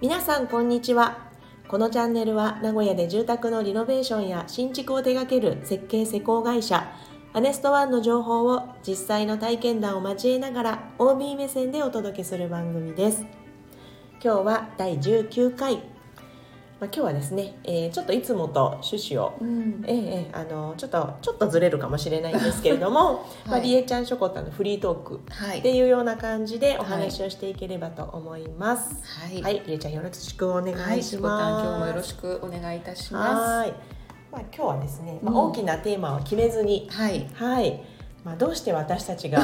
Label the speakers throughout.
Speaker 1: 皆さんこんにちはこのチャンネルは名古屋で住宅のリノベーションや新築を手掛ける設計施工会社アネストワンの情報を実際の体験談を交えながら OB 目線でお届けする番組です今日は第19回、まあ、今日はですね、えーちょっといつもと趣旨を
Speaker 2: うん
Speaker 1: ええええあのちょっとちょっとずれるかもしれないんですけれども、まあ、りえちゃんしょこたんのフリートーク
Speaker 2: はい
Speaker 1: っていうような感じでお話をしていければと思います。
Speaker 2: はい
Speaker 1: はい、りえちゃんよろしくお願
Speaker 2: はいい
Speaker 1: し
Speaker 2: し
Speaker 1: ま
Speaker 2: こ
Speaker 1: す。
Speaker 2: たん今日もよろしくお願いいたしま
Speaker 1: はーい。まあ今日はですね、まあ、
Speaker 2: うん
Speaker 1: 大きなテーマを決めずに、
Speaker 2: すはい
Speaker 1: はい。まあどうして私たち が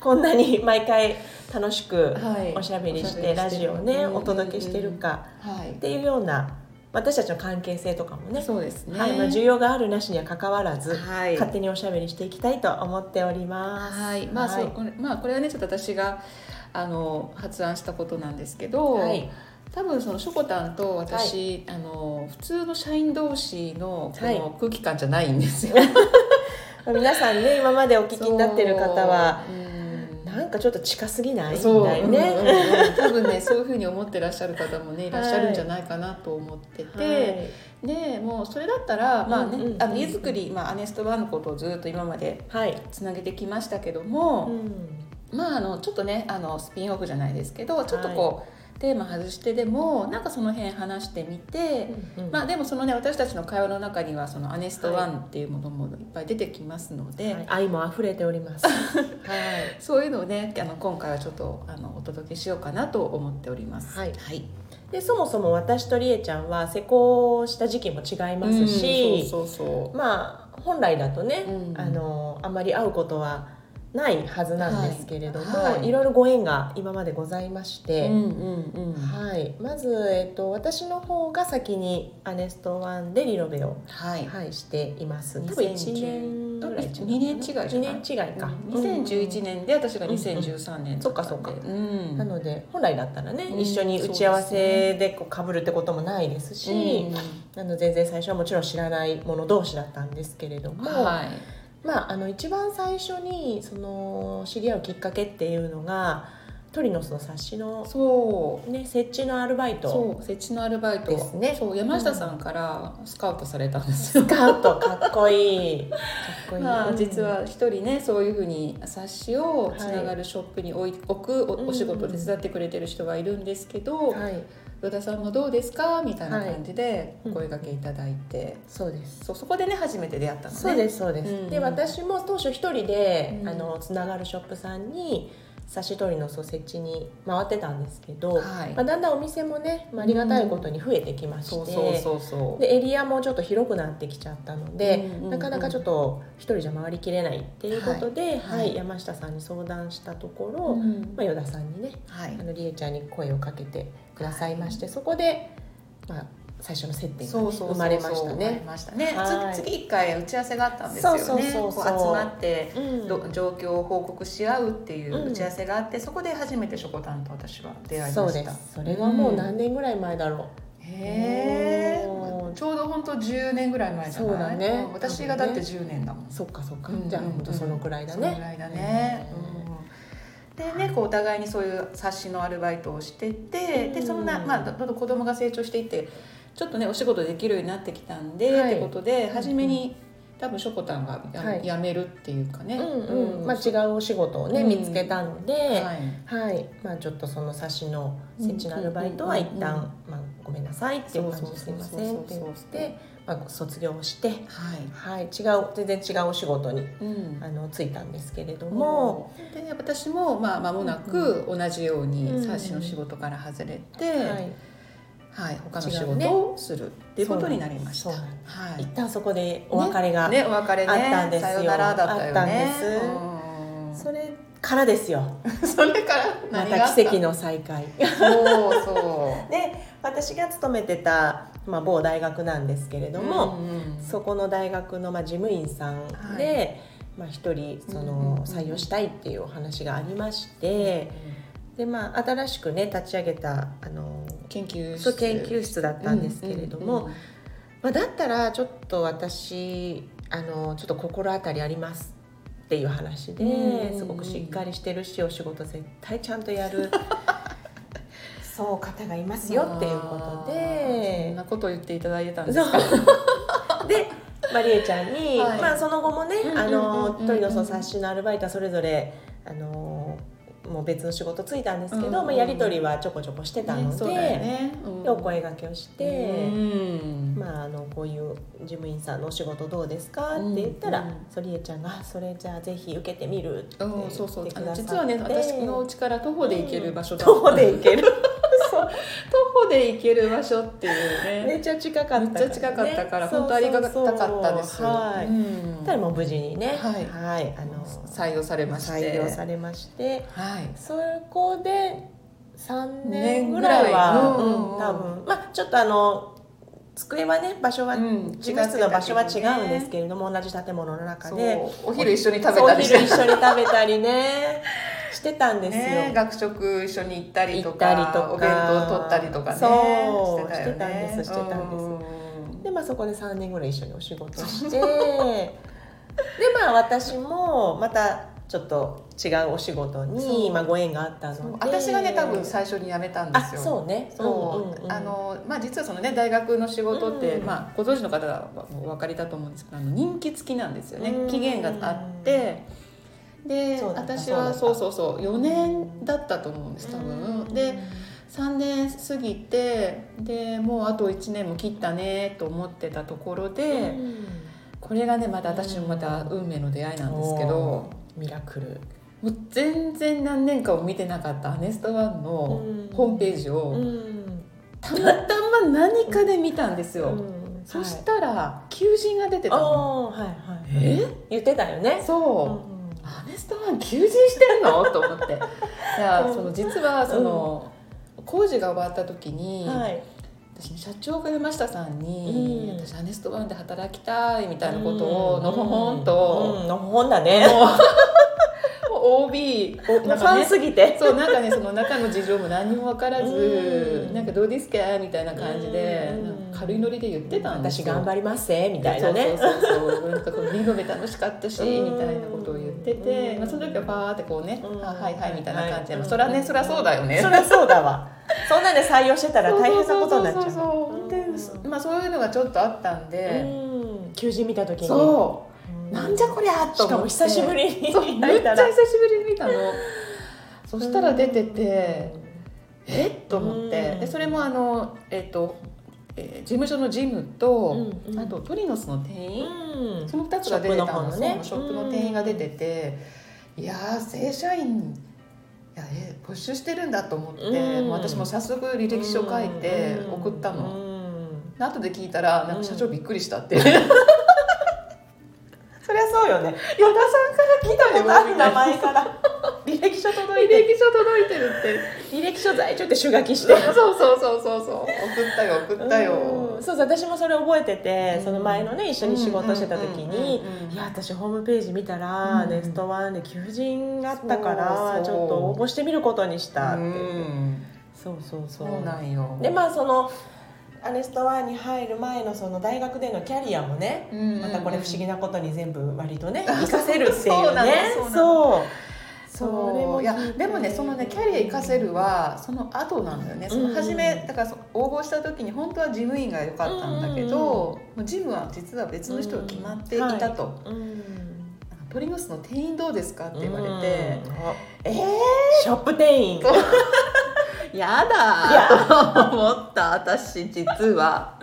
Speaker 1: こんなに毎回楽しく
Speaker 2: はい
Speaker 1: おしゃべりして、
Speaker 2: おしゃべりして
Speaker 1: ラジオをね
Speaker 2: うん
Speaker 1: お届けしてるか
Speaker 2: は
Speaker 1: っ
Speaker 2: い
Speaker 1: ていうような私たちの関係性とかもね。
Speaker 2: そうですね
Speaker 1: はい、まあ需要があるなしには関わらず、
Speaker 2: はい
Speaker 1: 勝手におしゃべりしていきたいと思っております。
Speaker 2: はいまあそうこれまあこれはねちょっと私があの発案したことなんですけど、
Speaker 1: はい、
Speaker 2: 多分そのしょこたんと私、あの普通の社員同士のこ
Speaker 1: はい
Speaker 2: の空気感じゃないんですよ。
Speaker 1: まあ皆さんね今までお聞きになってる方は
Speaker 2: そううん
Speaker 1: なんかちょっと近すぎないみ
Speaker 2: そう、
Speaker 1: たい
Speaker 2: ね、
Speaker 1: ね。
Speaker 2: 多分ねそういうふうに思ってらっしゃる方もねいらっしゃるんじゃないかなと思ってて、でもうそれだったら、まあね
Speaker 1: うんうんうん
Speaker 2: あの家づくり、まあ、アネストワンのことをずっと今まで
Speaker 1: はい、はい、
Speaker 2: つなげてきましたけど
Speaker 1: う
Speaker 2: も、
Speaker 1: ん
Speaker 2: まああのちょっとねあのスピンオフじゃないですけどちょっとこう、テーマ外してでもなんかその辺話してみて。
Speaker 1: うん
Speaker 2: まあ、でもそのね私たちの会話の中にはそのアネストワンっていうものもいっぱい出てきますので、
Speaker 1: はい愛も溢れており ます。はい、
Speaker 2: そういうのをねあの今回はちょっとあのお届けしようかなと思っております。
Speaker 1: はい
Speaker 2: はい、
Speaker 1: でそもそも私とりえちゃんは施工した時期も違いますし、
Speaker 2: うんそうそうそ
Speaker 1: まあ本来だとね、
Speaker 2: うん
Speaker 1: あのあまり会うことはないはずなんですけれども、
Speaker 2: はい
Speaker 1: い
Speaker 2: はい
Speaker 1: ろいろご縁が今までございまし
Speaker 2: う。
Speaker 1: て、
Speaker 2: んうんうん。
Speaker 1: はい、まず、えっと、私の方が先にアネストワンでリノベを、
Speaker 2: はい。
Speaker 1: はい、しています多分1
Speaker 2: 2010
Speaker 1: 年ぐらい違う
Speaker 2: 二年違いじゃない
Speaker 1: 2年違いか、
Speaker 2: 2011年で私が2013年だたんで
Speaker 1: そっかそっか
Speaker 2: うん。
Speaker 1: なので本来だったらね、
Speaker 2: うん
Speaker 1: 一緒に打ち合わせでこう被るってこともないですし、なので全然最初はもちろん知らないもの同士だったんですけれど
Speaker 2: うん
Speaker 1: も、
Speaker 2: はい。
Speaker 1: まあ、あの一番最初にその知り合うきっかけっていうのがトリノスの冊子の、
Speaker 2: そう。
Speaker 1: ね、設置のアルバイト
Speaker 2: そう設置のアルバイト
Speaker 1: ですね
Speaker 2: そう山下さんからスカウトされたんですよ
Speaker 1: ス。カウトかっこいい。かっこいい。
Speaker 2: まあ、実は一人ねそういうふうに冊子をつながるショップに置い置く
Speaker 1: うんう
Speaker 2: お
Speaker 1: ん
Speaker 2: お仕事を手伝ってくれてる人がいるんですけど
Speaker 1: はい、
Speaker 2: 「与田さんもどうですか?」みたいな感じで
Speaker 1: はい
Speaker 2: お声掛けいただいて、
Speaker 1: そうです。
Speaker 2: そうそこでね初めて出会ったのね。
Speaker 1: そうですそうです。
Speaker 2: うん
Speaker 1: で私も当初一人で、
Speaker 2: うん
Speaker 1: あのつながるショップさんに差し取りのそう設置に回ってたんですけど、
Speaker 2: はい
Speaker 1: まあだんだんお店もね、まあ、ありがたいことに増えてきまして、
Speaker 2: そうそうそうそう。
Speaker 1: でエリアもちょっと広くなってきちゃったので、
Speaker 2: うんうんうん
Speaker 1: なかなかちょっと一人じゃ回りきれないっていうことで、はい
Speaker 2: はい
Speaker 1: 山下さんに相談したところ、
Speaker 2: うん
Speaker 1: まあ、依田さんにね
Speaker 2: はい
Speaker 1: あのりえちゃんに声をかけてくださいまして、そこで、まあ、最初の接点がね、生まれました
Speaker 2: 生まれ
Speaker 1: ね。
Speaker 2: ましたね
Speaker 1: はい
Speaker 2: つ次一回打ち合わせがあったんですよね。
Speaker 1: そうそうそうそう
Speaker 2: こう集まって
Speaker 1: うん
Speaker 2: ど状況を報告し合うってい
Speaker 1: うん
Speaker 2: う打ち合わせがあって、そこで初めてしょこたんと私は出会いました。
Speaker 1: そうですそれはもう何年ぐらい前だろ
Speaker 2: へ
Speaker 1: おー
Speaker 2: えちょうど本当10年ぐらい前じゃない
Speaker 1: そうだね
Speaker 2: ん私がだって10年だもん
Speaker 1: う、、そっかそっか、
Speaker 2: うん
Speaker 1: じゃあ本当そのくらいだ
Speaker 2: そのぐ
Speaker 1: ね、
Speaker 2: らいだね、うんでねこうお互いにそういう冊子のアルバイトをしてて、
Speaker 1: う
Speaker 2: で
Speaker 1: ん
Speaker 2: そんな、まあ、どどんどん子供が成長していってちょっとねお仕事できるようになってきたんで、
Speaker 1: はい
Speaker 2: ってことで初めに、多分しょこたんがや、
Speaker 1: はい
Speaker 2: 辞めるっていうかね、
Speaker 1: うんうんまあ、違うお仕事をね、
Speaker 2: うん
Speaker 1: 見つけたので、
Speaker 2: は
Speaker 1: はい
Speaker 2: い
Speaker 1: まあ、ちょっとその冊子の設置のアルバイトは
Speaker 2: うん
Speaker 1: 一
Speaker 2: うんうんうん
Speaker 1: 旦、まあ、ごめんなさいっていう感
Speaker 2: そ
Speaker 1: じ
Speaker 2: う
Speaker 1: です
Speaker 2: そ
Speaker 1: いうま
Speaker 2: そう
Speaker 1: せんって
Speaker 2: そ
Speaker 1: 言
Speaker 2: うそう
Speaker 1: って、まあ、卒業して、
Speaker 2: はい
Speaker 1: はい、違う全然違うお仕事に
Speaker 2: うん
Speaker 1: あの就いたんですけれども、
Speaker 2: もうで私もまあ間もなく同じよう
Speaker 1: うん
Speaker 2: に冊子の仕事から外れて、
Speaker 1: は
Speaker 2: はい
Speaker 1: い、
Speaker 2: 他の仕事をするっていうことになりました。
Speaker 1: そうなん
Speaker 2: は
Speaker 1: 一
Speaker 2: い、
Speaker 1: 旦そこでお別れが、
Speaker 2: ねお別れね
Speaker 1: あったんですよ
Speaker 2: さよならだったよね。
Speaker 1: あそれからですよ
Speaker 2: うんそれから
Speaker 1: ま
Speaker 2: 何があ
Speaker 1: た
Speaker 2: った
Speaker 1: 奇跡の再会。
Speaker 2: そ うそ
Speaker 1: で私が勤めてた、まあ、某大学なんですけれど
Speaker 2: う。
Speaker 1: も、
Speaker 2: うんうん
Speaker 1: そこの大学の、まあ、事務員さんで、
Speaker 2: は
Speaker 1: まあ、一人そ
Speaker 2: うんうんうん
Speaker 1: の採用したいっていうお話がありまして、でまあ、新しくね立ち上げたあの
Speaker 2: 研究
Speaker 1: そう
Speaker 2: 室
Speaker 1: 研究室だったんですけれども、
Speaker 2: うんうんうん
Speaker 1: まあ、だったらちょっと私あのちょっと心当たりありますっていう話で、
Speaker 2: うん
Speaker 1: すごくしっかりしてるしお仕事絶対ちゃんとやるそう方がいますよっていうこと
Speaker 2: そん
Speaker 1: で
Speaker 2: なことを言っていただいてたんです
Speaker 1: そうでマリエちゃんに、
Speaker 2: はい
Speaker 1: まあ、その後もね
Speaker 2: うんうんうんうん
Speaker 1: あのトリノの冊子のアルバイトはそれぞれあのもう別の仕事ついたんですけど、
Speaker 2: うんうんうん
Speaker 1: まあ、やり取りはちょこちょこしてたの
Speaker 2: ね
Speaker 1: で,、
Speaker 2: そうだよね、うん
Speaker 1: でお声がけをして、
Speaker 2: うん
Speaker 1: まあ、あのこういう事務員さんのお仕事どうですかって言ったら、
Speaker 2: うんうん
Speaker 1: ソリエちゃんがあ「それじゃあぜひ受けてみる」って言っ
Speaker 2: うん、そうそう
Speaker 1: て
Speaker 2: あ
Speaker 1: く
Speaker 2: の
Speaker 1: ださって
Speaker 2: 実はね私の家から徒歩で行ける場所だ
Speaker 1: 徒歩で行ける
Speaker 2: そう徒歩で行ける場所ってい うね
Speaker 1: めっちゃ近かったから、
Speaker 2: め
Speaker 1: ね、
Speaker 2: っちゃ近かったから、
Speaker 1: そう
Speaker 2: 本当ありがたかったです。
Speaker 1: そうそうはい
Speaker 2: うん
Speaker 1: ただもう無事にね、
Speaker 2: はい
Speaker 1: あの
Speaker 2: 採用されまして、
Speaker 1: 採用されまして
Speaker 2: はい。
Speaker 1: そこで3
Speaker 2: 年
Speaker 1: 年
Speaker 2: ぐ
Speaker 1: ぐ
Speaker 2: らい
Speaker 1: らいは、
Speaker 2: うんうんうん
Speaker 1: 多分まあちょっとあの机はね場所は、
Speaker 2: うん
Speaker 1: 事務室の場所は違うんです
Speaker 2: け
Speaker 1: けれども、同じ建物の中
Speaker 2: そう
Speaker 1: で
Speaker 2: お昼一緒に食べたりし
Speaker 1: そうお昼一緒に食べたり ねしてたんですよ。
Speaker 2: ね、学食一緒に行ったりと
Speaker 1: 行っ
Speaker 2: か
Speaker 1: たりとか
Speaker 2: お弁当取ったりとかね
Speaker 1: そう
Speaker 2: してたよね
Speaker 1: してたんですしてたんです
Speaker 2: うん
Speaker 1: でまあそこで3年ぐらい一緒にお仕事して でまあ私もまたちょっと違うお仕事
Speaker 2: そう
Speaker 1: にまあご縁があった
Speaker 2: そう
Speaker 1: ので
Speaker 2: 私がね多分最初に辞めたんで
Speaker 1: あ
Speaker 2: すよ
Speaker 1: そうね
Speaker 2: そ
Speaker 1: ん
Speaker 2: う、
Speaker 1: んん
Speaker 2: あのまあ実はそのね大学の仕事って、
Speaker 1: うん
Speaker 2: まあご存知の方はお分かりだと思うんですけど、あの人気付きなんですよね。
Speaker 1: うん
Speaker 2: 期限があって、で
Speaker 1: そうだった
Speaker 2: 私は
Speaker 1: そ
Speaker 2: そ
Speaker 1: だっ
Speaker 2: うう
Speaker 1: た
Speaker 2: そうそう4年だったと思うんです多分。で3年過ぎてでもうあと1年も切ったねと思ってたところ
Speaker 1: う
Speaker 2: で、
Speaker 1: ん
Speaker 2: これがねまた私もまた運命の出会いなんですけど。
Speaker 1: ミラクル
Speaker 2: もう全然何年かを見てなかったアネストワンのホームページを、
Speaker 1: ん
Speaker 2: たまたま何かで見たんです
Speaker 1: う
Speaker 2: よ、
Speaker 1: ん
Speaker 2: そしたら求人が出てた
Speaker 1: はい
Speaker 2: の
Speaker 1: おーはいはい
Speaker 2: え
Speaker 1: 言ってたよねうん
Speaker 2: そう、アネストワン求人してんのと思っていや
Speaker 1: うん
Speaker 2: その実はその、工事が終わった時に、
Speaker 1: はい
Speaker 2: 私ね社長が山下さんに、
Speaker 1: うん
Speaker 2: 私アネストワンで働きたいみたいなことを
Speaker 1: うん
Speaker 2: のほほんと、
Speaker 1: うんのほほんだね
Speaker 2: もうもう OB
Speaker 1: フ
Speaker 2: なんか
Speaker 1: ァ
Speaker 2: ね
Speaker 1: ンすぎて
Speaker 2: そうなんかねその中の事情も何にも分からず、
Speaker 1: うん
Speaker 2: なんかどうですかみたいな感じで、
Speaker 1: うん
Speaker 2: なんか軽いノリで言ってたんです
Speaker 1: 私
Speaker 2: よ
Speaker 1: 頑張りますぜみたいなね
Speaker 2: そうそうそうそうなんかこうリノベ楽しかったし
Speaker 1: うん
Speaker 2: みたいなことを言ってて、まあ、その時はパーってこうね、
Speaker 1: うん
Speaker 2: あはいはいみたいな感じで、
Speaker 1: はい
Speaker 2: まあ、そりゃねそりゃそうだよね
Speaker 1: そりゃそうだわそんなんで採用してたら大変なことになっちゃ
Speaker 2: そうそそうそう
Speaker 1: うん
Speaker 2: で、まあ、そういうのがちょっとあったんで、
Speaker 1: うん求人見た時に
Speaker 2: そううなんじゃこりゃと
Speaker 1: し
Speaker 2: 思
Speaker 1: か
Speaker 2: っ
Speaker 1: も
Speaker 2: て
Speaker 1: 久しぶり
Speaker 2: そう
Speaker 1: に
Speaker 2: めっちゃ
Speaker 1: た
Speaker 2: 久しぶりに見たのそしたら出てて、えっと思って、
Speaker 1: うん
Speaker 2: でそれもあのえっと、えー事務所のジムと、あとトリノスの店員、その2つが出てたの
Speaker 1: ショップの方のね
Speaker 2: そうショップの店員が出てて、いやー正社員いやえプッシュしてるんだと思って、
Speaker 1: うん
Speaker 2: もう私も早速履歴書書いて送ったの、
Speaker 1: の
Speaker 2: で後で聞いたらなんか 社長びっくりしたって「
Speaker 1: そりゃそうよね
Speaker 2: 与田さんから来たよ」みた
Speaker 1: 名
Speaker 2: いな
Speaker 1: 前 から履歴書届い
Speaker 2: 履
Speaker 1: て
Speaker 2: 歴書届いてるって
Speaker 1: 履歴書在住って手書きして
Speaker 2: そうそうそうそうそう送ったよ送った
Speaker 1: う
Speaker 2: よ
Speaker 1: んそうそう私もそれ覚えてて
Speaker 2: うん
Speaker 1: その前のね一緒に仕事してた時に
Speaker 2: うんうんうんうん
Speaker 1: いや私ホームページ見た
Speaker 2: う
Speaker 1: ら
Speaker 2: ん
Speaker 1: ネストワンで求人があったか
Speaker 2: そ
Speaker 1: ら
Speaker 2: う
Speaker 1: ち
Speaker 2: そ
Speaker 1: ょ
Speaker 2: う
Speaker 1: っと応募してみることにしたって
Speaker 2: うん
Speaker 1: そうそうそ
Speaker 2: そうな
Speaker 1: うん
Speaker 2: よ
Speaker 1: でまあそのアネストワンに入る前のその大学でのキャリアもねまたこれ不思議
Speaker 2: な
Speaker 1: なことに全部割とね活かせるってい
Speaker 2: そう
Speaker 1: う
Speaker 2: なの
Speaker 1: ね
Speaker 2: そうなの
Speaker 1: そうれ
Speaker 2: そ
Speaker 1: も
Speaker 2: う
Speaker 1: 聞
Speaker 2: いや
Speaker 1: て
Speaker 2: でもねそのねキャリア生かせるはその後なんだよねその初めだからそ応募した時に本当は事務員が良かったんだけどもう事務は実は別の人が決まっていた
Speaker 1: う
Speaker 2: と
Speaker 1: ん
Speaker 2: なんか「トリノスの店員どうですか?」って言われて
Speaker 1: うん
Speaker 2: 「え
Speaker 1: ショップ店員
Speaker 2: そうー、やだ!」と思った私実は。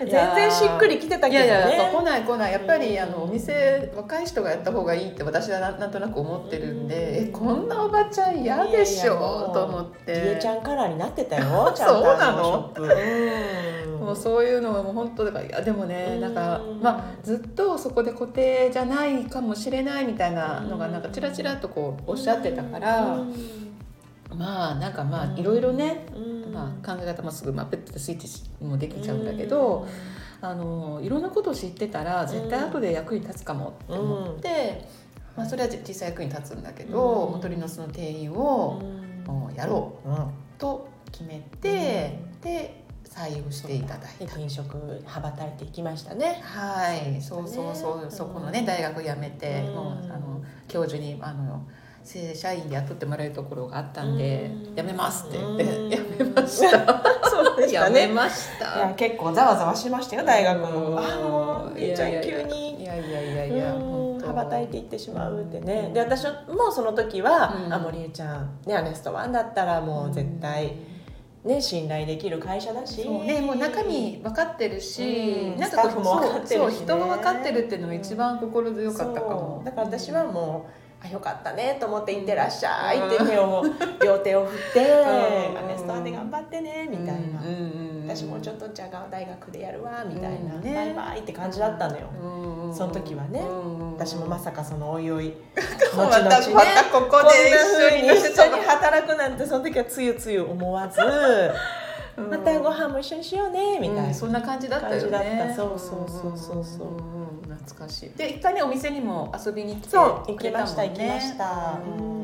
Speaker 1: 全然しっくりきてた
Speaker 2: い
Speaker 1: けど
Speaker 2: や
Speaker 1: ね
Speaker 2: いやそう来ない来ないやっぱり
Speaker 1: うん
Speaker 2: あのお店若い人がやった方がいいって私はななんとなく思ってるんで、
Speaker 1: うん
Speaker 2: えこんなおばちゃん嫌でしょ
Speaker 1: いやいやもう
Speaker 2: と思って
Speaker 1: りえちゃんカラーになってた よちゃん
Speaker 2: そう
Speaker 1: と
Speaker 2: な
Speaker 1: あ
Speaker 2: の
Speaker 1: のショップうん
Speaker 2: もうそういうのはもう本当だからいやでも
Speaker 1: う
Speaker 2: ね
Speaker 1: ん
Speaker 2: なんかまあずっとそこで固定じゃないかもしれないみたいなのがなんかちらちらとこうおっしゃってたから、
Speaker 1: うん
Speaker 2: まあなんか
Speaker 1: う
Speaker 2: まあ
Speaker 1: ん
Speaker 2: いろいろね、
Speaker 1: うん
Speaker 2: まあ、考え方もすぐまあペッてスイッチもできちゃうんだけど。あのいろんなことを知ってたら絶対後で役に立つかもって思って、まあ、それは実際役に立つんだけど、
Speaker 1: うん
Speaker 2: モトリノスの店員
Speaker 1: う
Speaker 2: を、
Speaker 1: ん
Speaker 2: もうやろうと決めて、
Speaker 1: うん
Speaker 2: で採用していただいた。
Speaker 1: 転職羽ばたいていきましたね
Speaker 2: はい、そ
Speaker 1: そうう
Speaker 2: そう
Speaker 1: でしたね
Speaker 2: そう、
Speaker 1: うん
Speaker 2: そこのね大学辞めて、
Speaker 1: うん
Speaker 2: もうあの教授にあの正社員で雇ってもらえるところがあったんで
Speaker 1: うん
Speaker 2: 「やめます」って言って
Speaker 1: うん
Speaker 2: やめました
Speaker 1: そうで
Speaker 2: やめまし
Speaker 1: いや
Speaker 2: た
Speaker 1: 結構ざわざわしましたよ大学
Speaker 2: うん
Speaker 1: のああもう姉ちゃん急に
Speaker 2: いやいやいやいや
Speaker 1: うん
Speaker 2: 本当
Speaker 1: 羽ばたいていってしまうってね
Speaker 2: うん
Speaker 1: で私もその時は、
Speaker 2: うん
Speaker 1: あもうりえちゃんねアネストワンだったらもう絶対、ね信頼できる会社だし
Speaker 2: そうね、もう中身分かってるし、
Speaker 1: うん
Speaker 2: なん
Speaker 1: スタッフも分かってるしね
Speaker 2: そうそう人が分かってるっていうのが一番心強かったか
Speaker 1: そ
Speaker 2: も
Speaker 1: うだから私はもう、あよかったねと思って「いってらっしゃい」って手を、両手を振って
Speaker 2: うん
Speaker 1: 「アネストワンで頑張ってね」みたいな。私もちょっ
Speaker 2: と
Speaker 1: とじゃが大学でやるわみたいな、
Speaker 2: うんね
Speaker 1: バイバイって感じだったのよ、その時はね私もまさかそのおいお い後々
Speaker 2: また
Speaker 1: ね
Speaker 2: またここで
Speaker 1: こんな風に
Speaker 2: 一緒に
Speaker 1: 一緒に働くなんてその時はつゆつゆ思 わず
Speaker 2: うん
Speaker 1: またご飯も一緒にしようねみたいな、
Speaker 2: うんそんな感じだったよ
Speaker 1: 感じだっ
Speaker 2: ね
Speaker 1: たそうそうそうそうそうん
Speaker 2: んん懐かしいで一回ねお店にも遊びに来て
Speaker 1: そう行
Speaker 2: くれ
Speaker 1: きました
Speaker 2: も
Speaker 1: 行
Speaker 2: ん
Speaker 1: き
Speaker 2: ね
Speaker 1: ました、
Speaker 2: うん
Speaker 1: うん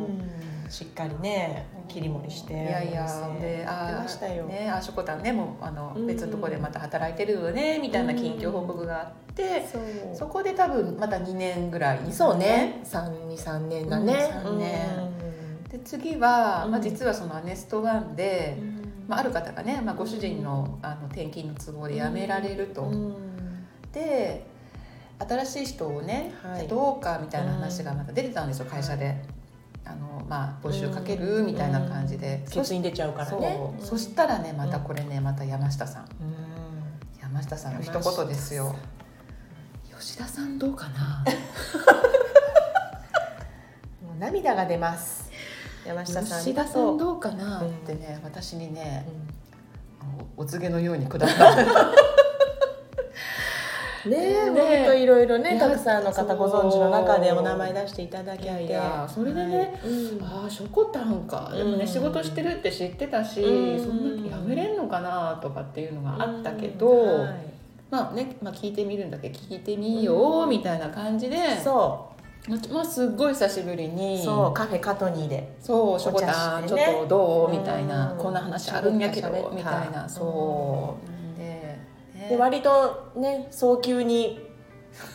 Speaker 1: しっかりね切り盛りして
Speaker 2: いやいや
Speaker 1: お店
Speaker 2: で
Speaker 1: やって
Speaker 2: あ
Speaker 1: ましたよ、
Speaker 2: ねあしょこたんねもうあの、
Speaker 1: うん
Speaker 2: 別のところでまた働いてるよねみたいな近況報告があって、
Speaker 1: そう
Speaker 2: そこで多分また2年ぐらい
Speaker 1: そうね323年だね、
Speaker 2: うん三年
Speaker 1: うん
Speaker 2: で次は、
Speaker 1: うん
Speaker 2: まあ、実はそのアネストワンで、まあ、あ
Speaker 1: る
Speaker 2: る方がね、まあ、ご主人のあの転勤の都合で辞められると、で新しい人をね、
Speaker 1: はい
Speaker 2: じゃあどうかみたいな話がまた出てたんですよ会社で。あのまあ、募集かけるみたいな感じで、そ
Speaker 1: 血に出ちゃうからね
Speaker 2: そうそしたらねまたこれねまた山下さん
Speaker 1: うん
Speaker 2: 山下さんの一言ですよ吉田さんどうかな
Speaker 1: もう涙が出ます山下さん
Speaker 2: 吉田さん
Speaker 1: と
Speaker 2: どうかな
Speaker 1: うん
Speaker 2: ってね私にね
Speaker 1: う
Speaker 2: おお告げのようにくだった
Speaker 1: んねえ
Speaker 2: ねえ
Speaker 1: 本当いろいろ
Speaker 2: い
Speaker 1: ね
Speaker 2: や
Speaker 1: たくさんの方ご存知の中で
Speaker 2: そう
Speaker 1: お名前出していただけて
Speaker 2: いやいやそれでね
Speaker 1: はいうん
Speaker 2: ああしょこたんかでもね、
Speaker 1: うん
Speaker 2: 仕事してるって知ってたし、
Speaker 1: うん
Speaker 2: そんなやめれんのかなとかっていうのがあったけど、
Speaker 1: うんはい
Speaker 2: まあね、まあ、聞いてみるんだけど聞いてみようみたいな感じで、
Speaker 1: そ
Speaker 2: まあ、すっごい久しぶり
Speaker 1: う
Speaker 2: に
Speaker 1: そうカフェカトニーで
Speaker 2: そう、しょこたん、
Speaker 1: お
Speaker 2: ち
Speaker 1: 茶
Speaker 2: ょ
Speaker 1: してね
Speaker 2: っとどうみたいな、
Speaker 1: うん
Speaker 2: こんな話あるんやけ
Speaker 1: 喋った喋っ
Speaker 2: ど
Speaker 1: た
Speaker 2: みたいな、そうう。
Speaker 1: ん
Speaker 2: で、ね
Speaker 1: で割とね早急に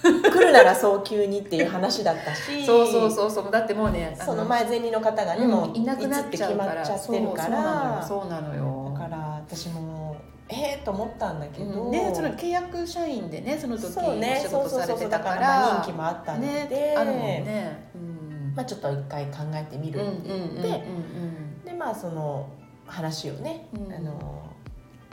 Speaker 1: 来るなら早急にっていう話だったし
Speaker 2: そうそうそうそう、だってもうね、あ
Speaker 1: その前前任の方がね、
Speaker 2: うん
Speaker 1: もう
Speaker 2: いなくなっちゃうから、
Speaker 1: いつって決まっちゃってるから
Speaker 2: そうそうな
Speaker 1: だか
Speaker 2: のよ。そうなのよ
Speaker 1: ら私もえー、と思ったんだけど、
Speaker 2: うんで、その契約社員でね、その時
Speaker 1: そう
Speaker 2: お
Speaker 1: ね
Speaker 2: 仕
Speaker 1: そう
Speaker 2: 事
Speaker 1: そうそ
Speaker 2: され
Speaker 1: うそ
Speaker 2: て
Speaker 1: うだ
Speaker 2: た
Speaker 1: か
Speaker 2: から
Speaker 1: まあ
Speaker 2: ら
Speaker 1: 人気、もあったので、
Speaker 2: ね、あるもんね。うん
Speaker 1: まあ、ちょっと一回考えてみる
Speaker 2: う
Speaker 1: っ
Speaker 2: んう
Speaker 1: て
Speaker 2: ん
Speaker 1: 言って、
Speaker 2: うんうん
Speaker 1: でまあその話をね、
Speaker 2: うん
Speaker 1: あの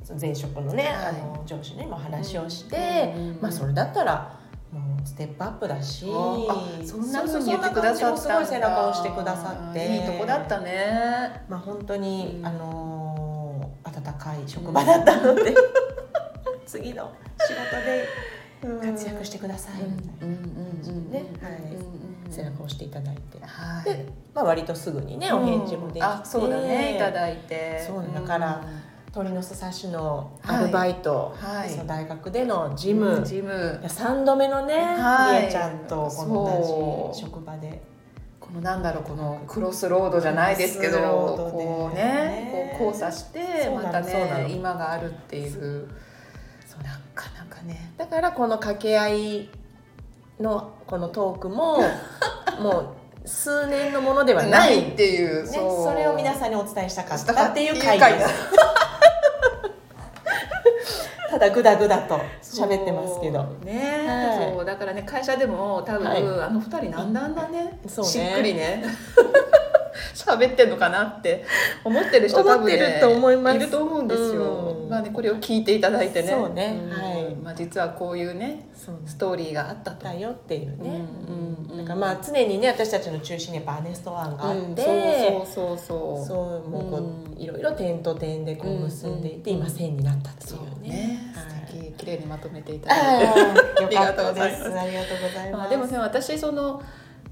Speaker 1: その前職のね、
Speaker 2: はい
Speaker 1: あの上司にも話をして、
Speaker 2: うんうんうん
Speaker 1: まあ、それだったらもうステップアップだし
Speaker 2: あそんな
Speaker 1: そう
Speaker 2: 風に
Speaker 1: そう
Speaker 2: 言ってくださ
Speaker 1: そんな感
Speaker 2: ったんだ
Speaker 1: じもすごい背中を押してくださって
Speaker 2: いいとこだったね
Speaker 1: まあ本当に、
Speaker 2: うん
Speaker 1: あのー温かい職場だったので、 次の仕事で活躍してくださいみたいな、ねはい背中を押していただいて、
Speaker 2: はい
Speaker 1: で、まあ、割とすぐにねお返事もできて、
Speaker 2: あそうだねいただいて
Speaker 1: そうだから鳥のすさしのア
Speaker 2: はい
Speaker 1: ルバイト、
Speaker 2: はい
Speaker 1: その大学でのジ
Speaker 2: ジ
Speaker 1: ム、い
Speaker 2: ジム
Speaker 1: や3度目のね、
Speaker 2: はい
Speaker 1: りえちゃんとこの同じ職場で
Speaker 2: このなんだろうこのクロスロードじゃないですけど
Speaker 1: クロスロードで
Speaker 2: こう
Speaker 1: ね
Speaker 2: ねこう交差して
Speaker 1: そうな
Speaker 2: ま
Speaker 1: の
Speaker 2: た
Speaker 1: そうなの
Speaker 2: ね今があるっていう
Speaker 1: そう
Speaker 2: なかなかね
Speaker 1: だからこの掛け合いのこのトーク ももう数年のものではな
Speaker 2: ないいっていう
Speaker 1: ね、それを皆
Speaker 2: ん
Speaker 1: さんにお伝えしたかっ
Speaker 2: した
Speaker 1: た
Speaker 2: か
Speaker 1: っ
Speaker 2: ってて
Speaker 1: い
Speaker 2: いうう
Speaker 1: 回
Speaker 2: 回
Speaker 1: で
Speaker 2: です
Speaker 1: ただグダグダと喋ってますけど
Speaker 2: ね、
Speaker 1: はい
Speaker 2: そうだからね会社でも多分、
Speaker 1: はい
Speaker 2: あの二人なんだんだね
Speaker 1: そうね
Speaker 2: しっくりね 喋ってんのかなって思ってる人多分、ね、
Speaker 1: 思ってると思います
Speaker 2: いると思うんですよ、
Speaker 1: うん
Speaker 2: まあねこれを聞いていただいてね
Speaker 1: そうね
Speaker 2: ん
Speaker 1: はい
Speaker 2: まあ、実はこういうね
Speaker 1: そう
Speaker 2: ストーリーがあったと
Speaker 1: だよっていうね、
Speaker 2: うんうんうん
Speaker 1: だからまあ常にね私たちの中心にやっぱアネストワンがあって、
Speaker 2: うんそうそうそうそう
Speaker 1: そうもうこう、
Speaker 2: うん
Speaker 1: いろいろ点と点でこう結んでいて、
Speaker 2: うん
Speaker 1: 今線になったってい
Speaker 2: そう
Speaker 1: うね。
Speaker 2: ね
Speaker 1: はい
Speaker 2: 素敵綺麗にまとめていただいて
Speaker 1: ああ、よ
Speaker 2: あり
Speaker 1: か
Speaker 2: が
Speaker 1: っ
Speaker 2: とう
Speaker 1: た
Speaker 2: ござい
Speaker 1: で
Speaker 2: ます
Speaker 1: す。ありがとうござい
Speaker 2: ま
Speaker 1: ま
Speaker 2: あ、
Speaker 1: す。
Speaker 2: でもね私その、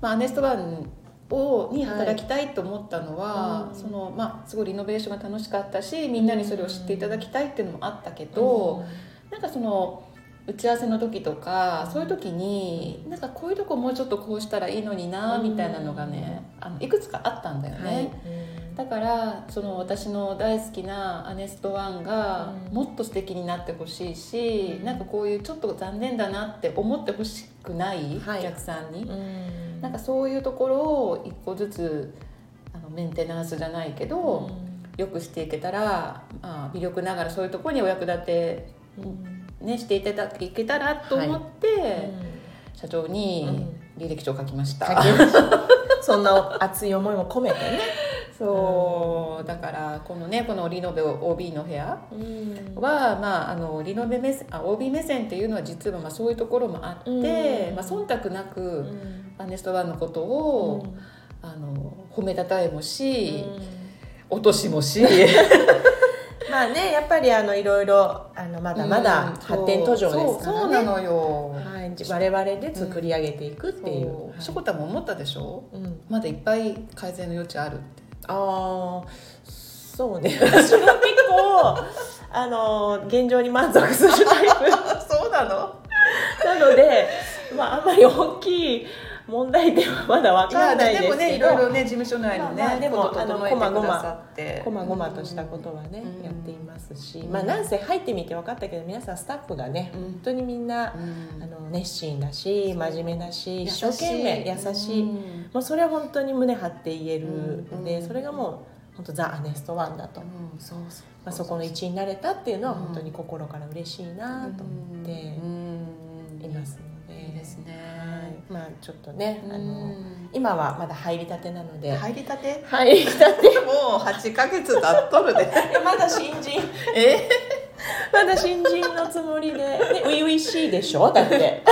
Speaker 2: まあ、アネストワンをに働きたいと思ったのは、
Speaker 1: はいうん
Speaker 2: そのまあ、すごいリノベーションが楽しかったしみんなにそれを知っていただきたいっていうのもあったけど、なんかその打ち合わせの時とかそういう時になんかこういうとこもうちょっとこうしたらいいのにな
Speaker 1: うん
Speaker 2: みたいなのがねあのいくつかあったんだよね。
Speaker 1: はい、
Speaker 2: だからその私の大好きなアネストワンが
Speaker 1: うん
Speaker 2: もっと素敵になってほしいし、
Speaker 1: うん
Speaker 2: なんかこういうちょっと残念だなって思ってほしくない、
Speaker 1: はい
Speaker 2: お客さんに、
Speaker 1: うん
Speaker 2: なんかそういうところを一個ずつあのメンテナンスじゃないけど、良くしていけたら、まあ、魅力ながらそういうところにお役立て、
Speaker 1: うんうん
Speaker 2: ね、していただいけたらと思って、社長
Speaker 1: う
Speaker 2: に
Speaker 1: ん
Speaker 2: 履歴書を書きました。
Speaker 1: 書きましたそんな熱い思いも込めてね、
Speaker 2: そうだからこのねこのリノベ OB の部屋
Speaker 1: うん
Speaker 2: は、まあ、あのリノベ目線あ OB 目線っていうのは実はまあそういうところもあって、
Speaker 1: うん
Speaker 2: まあ、忖度な
Speaker 1: う
Speaker 2: く
Speaker 1: ん
Speaker 2: アネストワンのことを、あの褒めたたえもし、
Speaker 1: うん
Speaker 2: 落としもし
Speaker 1: まあねやっぱりあのいろいろあのまだまだ
Speaker 2: うん
Speaker 1: 発展途上ですか
Speaker 2: そうそ
Speaker 1: ら
Speaker 2: う
Speaker 1: ね、
Speaker 2: なのよ、
Speaker 1: はい、我々で作り上げていくっていう、
Speaker 2: そう
Speaker 1: はい
Speaker 2: しょこたんも思ったでしょ
Speaker 1: うん、
Speaker 2: まだいっぱい改善の余地ある って
Speaker 1: ああそうね 私も結構あの現状に満足するタイ
Speaker 2: あそうなの
Speaker 1: プなので、 まあ、あんまり大きい問題点はまだわ
Speaker 2: い
Speaker 1: から
Speaker 2: や
Speaker 1: ない
Speaker 2: で
Speaker 1: で
Speaker 2: も
Speaker 1: す
Speaker 2: ね
Speaker 1: け
Speaker 2: いろいろ
Speaker 1: ど。
Speaker 2: ね事務所内のね、
Speaker 1: まあまあでも
Speaker 2: こと整えて
Speaker 1: あの
Speaker 2: くださって
Speaker 1: こまごまとしたことはね、
Speaker 2: うん
Speaker 1: やっていますし、
Speaker 2: うん
Speaker 1: まあなんせ入ってみて分かったけど皆さんスタッフがね、
Speaker 2: うん
Speaker 1: 本当にみんな、
Speaker 2: うん
Speaker 1: あの熱心だし真面目だし
Speaker 2: 優
Speaker 1: 一
Speaker 2: し
Speaker 1: 生
Speaker 2: い
Speaker 1: 懸命優しい、
Speaker 2: うん
Speaker 1: もうそれは本当に胸張って言えるので、
Speaker 2: うん
Speaker 1: それがもう本当ザ・アネストワンだと、ま
Speaker 2: うんそうそう
Speaker 1: あ、そこの一員になれたっていうのは本当に心から嬉しいなと思って
Speaker 2: うん
Speaker 1: いますので,、
Speaker 2: いいですね、
Speaker 1: はい、まあちょっとね、あ
Speaker 2: う
Speaker 1: の
Speaker 2: ん
Speaker 1: 今はまだ入りたてなので、
Speaker 2: 入りたて
Speaker 1: 入りたて
Speaker 2: もう8ヶ月経っとるで
Speaker 1: まだ新人
Speaker 2: え
Speaker 1: まだ新人のつもりでで初々しいでしょだって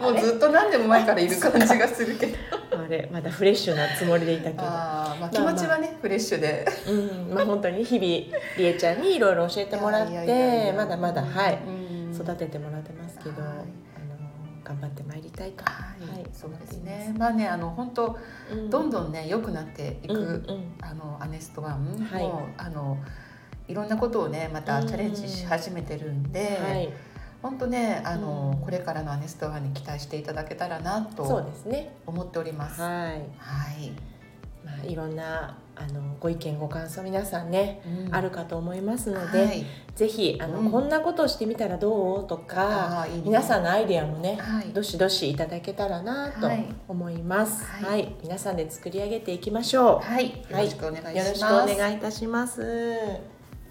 Speaker 2: もうずっと何年も前からいる感じがするけど
Speaker 1: あれまだフレッシュなつもりでいたけど
Speaker 2: あー、まあ、気持ちはね、フレッシュで
Speaker 1: うんまあ本当に日々りえちゃんにいろいろ教えてもらっ
Speaker 2: いやいやいやい
Speaker 1: て
Speaker 2: や
Speaker 1: まだまだはい
Speaker 2: うん
Speaker 1: 育ててもらってますけど、
Speaker 2: はい
Speaker 1: あの頑張ってまいりたいか、
Speaker 2: はい、
Speaker 1: はい
Speaker 2: そうですねまあねあの本当どん
Speaker 1: ん
Speaker 2: どんね良くなっていく、
Speaker 1: うんうん
Speaker 2: あのアネストワン、
Speaker 1: はい
Speaker 2: もうあのいろんなことをねまたチャレンジし始めてるんで、
Speaker 1: はい、
Speaker 2: 本当ねあの、
Speaker 1: うん
Speaker 2: これからのアネストワンに期待していただけたらな
Speaker 1: そう
Speaker 2: と
Speaker 1: ですね
Speaker 2: 思っております。は
Speaker 1: はい、
Speaker 2: い、
Speaker 1: まあ、いろんなあのご意見ご感想皆さんね、
Speaker 2: うん
Speaker 1: あるかと思いますので、
Speaker 2: はい
Speaker 1: ぜひあの、
Speaker 2: うん
Speaker 1: こんなことをしてみたらどうとか
Speaker 2: あーいいね
Speaker 1: 皆さんのアイデアもね、
Speaker 2: はい
Speaker 1: どしどしいただけたらなと
Speaker 2: はい
Speaker 1: 思います、はい
Speaker 2: はい
Speaker 1: 皆さんで作り上げていきましょう、
Speaker 2: はい、よろしくお願いします。
Speaker 1: よろしくお願いいたします。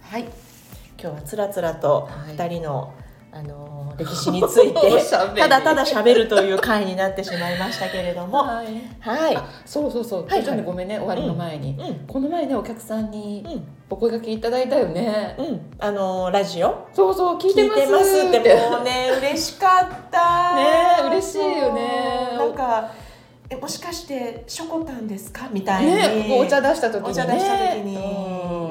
Speaker 1: はい、今日はつらつらと
Speaker 2: はい
Speaker 1: 二人の、あのー歴史に つい
Speaker 2: おしゃべ
Speaker 1: て
Speaker 2: り
Speaker 1: ただただ喋るという回になってしまいましたけれど も、
Speaker 2: はい、
Speaker 1: はい、
Speaker 2: そうそうそう、
Speaker 1: い
Speaker 2: はい、ごめんね、終わりの前に、
Speaker 1: うん
Speaker 2: この前ね、お客さんに
Speaker 1: う
Speaker 2: お声掛けいただいたよね。
Speaker 1: んうん、あのーラジオ
Speaker 2: そうそう、聞
Speaker 1: 聞
Speaker 2: い
Speaker 1: いて
Speaker 2: て
Speaker 1: ま
Speaker 2: ますす
Speaker 1: ってもうね嬉しかった。
Speaker 2: ね嬉しいよね
Speaker 1: そうなんかえもしかしてショコタンですかみたいに、
Speaker 2: ね、お茶出した時に、ね、
Speaker 1: お茶出した時に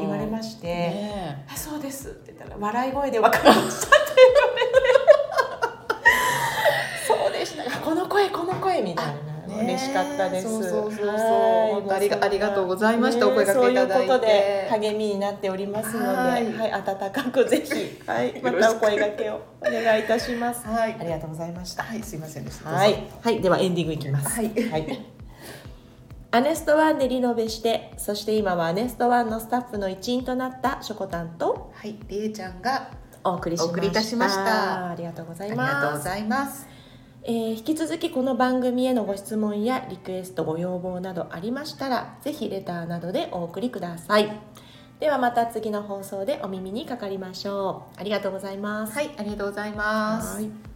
Speaker 1: 言われま
Speaker 2: し
Speaker 1: して、
Speaker 2: たね
Speaker 1: あそうですって言ったら笑い声で分かりましたって言われてそうでしたこの声この声みたいな、
Speaker 2: ね
Speaker 1: 嬉しかったです
Speaker 2: そうそうそうそう
Speaker 1: はい
Speaker 2: 本当ありがありがとうございました
Speaker 1: ね
Speaker 2: お声掛けいただいて
Speaker 1: そういうことで励みになっておりますのでは、
Speaker 2: はいい
Speaker 1: 温かくぜひ、はい、 ま
Speaker 2: よろしたく
Speaker 1: お声掛けをお願いいたします
Speaker 2: はい
Speaker 1: ありがとうございました
Speaker 2: はい、すいませんでした。
Speaker 1: はい、はい、ではエンディングいきます。
Speaker 2: はい
Speaker 1: アネストワンでリノベして、そして今はアネストワンのスタッフの一員となったしょこたんと
Speaker 2: はい、りえちゃんが
Speaker 1: お送りしました。
Speaker 2: お送りいたしました
Speaker 1: ありがとうござ
Speaker 2: あ
Speaker 1: い
Speaker 2: り
Speaker 1: ます。
Speaker 2: がとうございます。
Speaker 1: えー引き続きこの番組へのご質問やリクエストご要望などありましたらぜひレターなどでお送りくださいではまた次の放送でお耳にかかりましょうありがとうございます
Speaker 2: はい、ありがとうございます。
Speaker 1: はい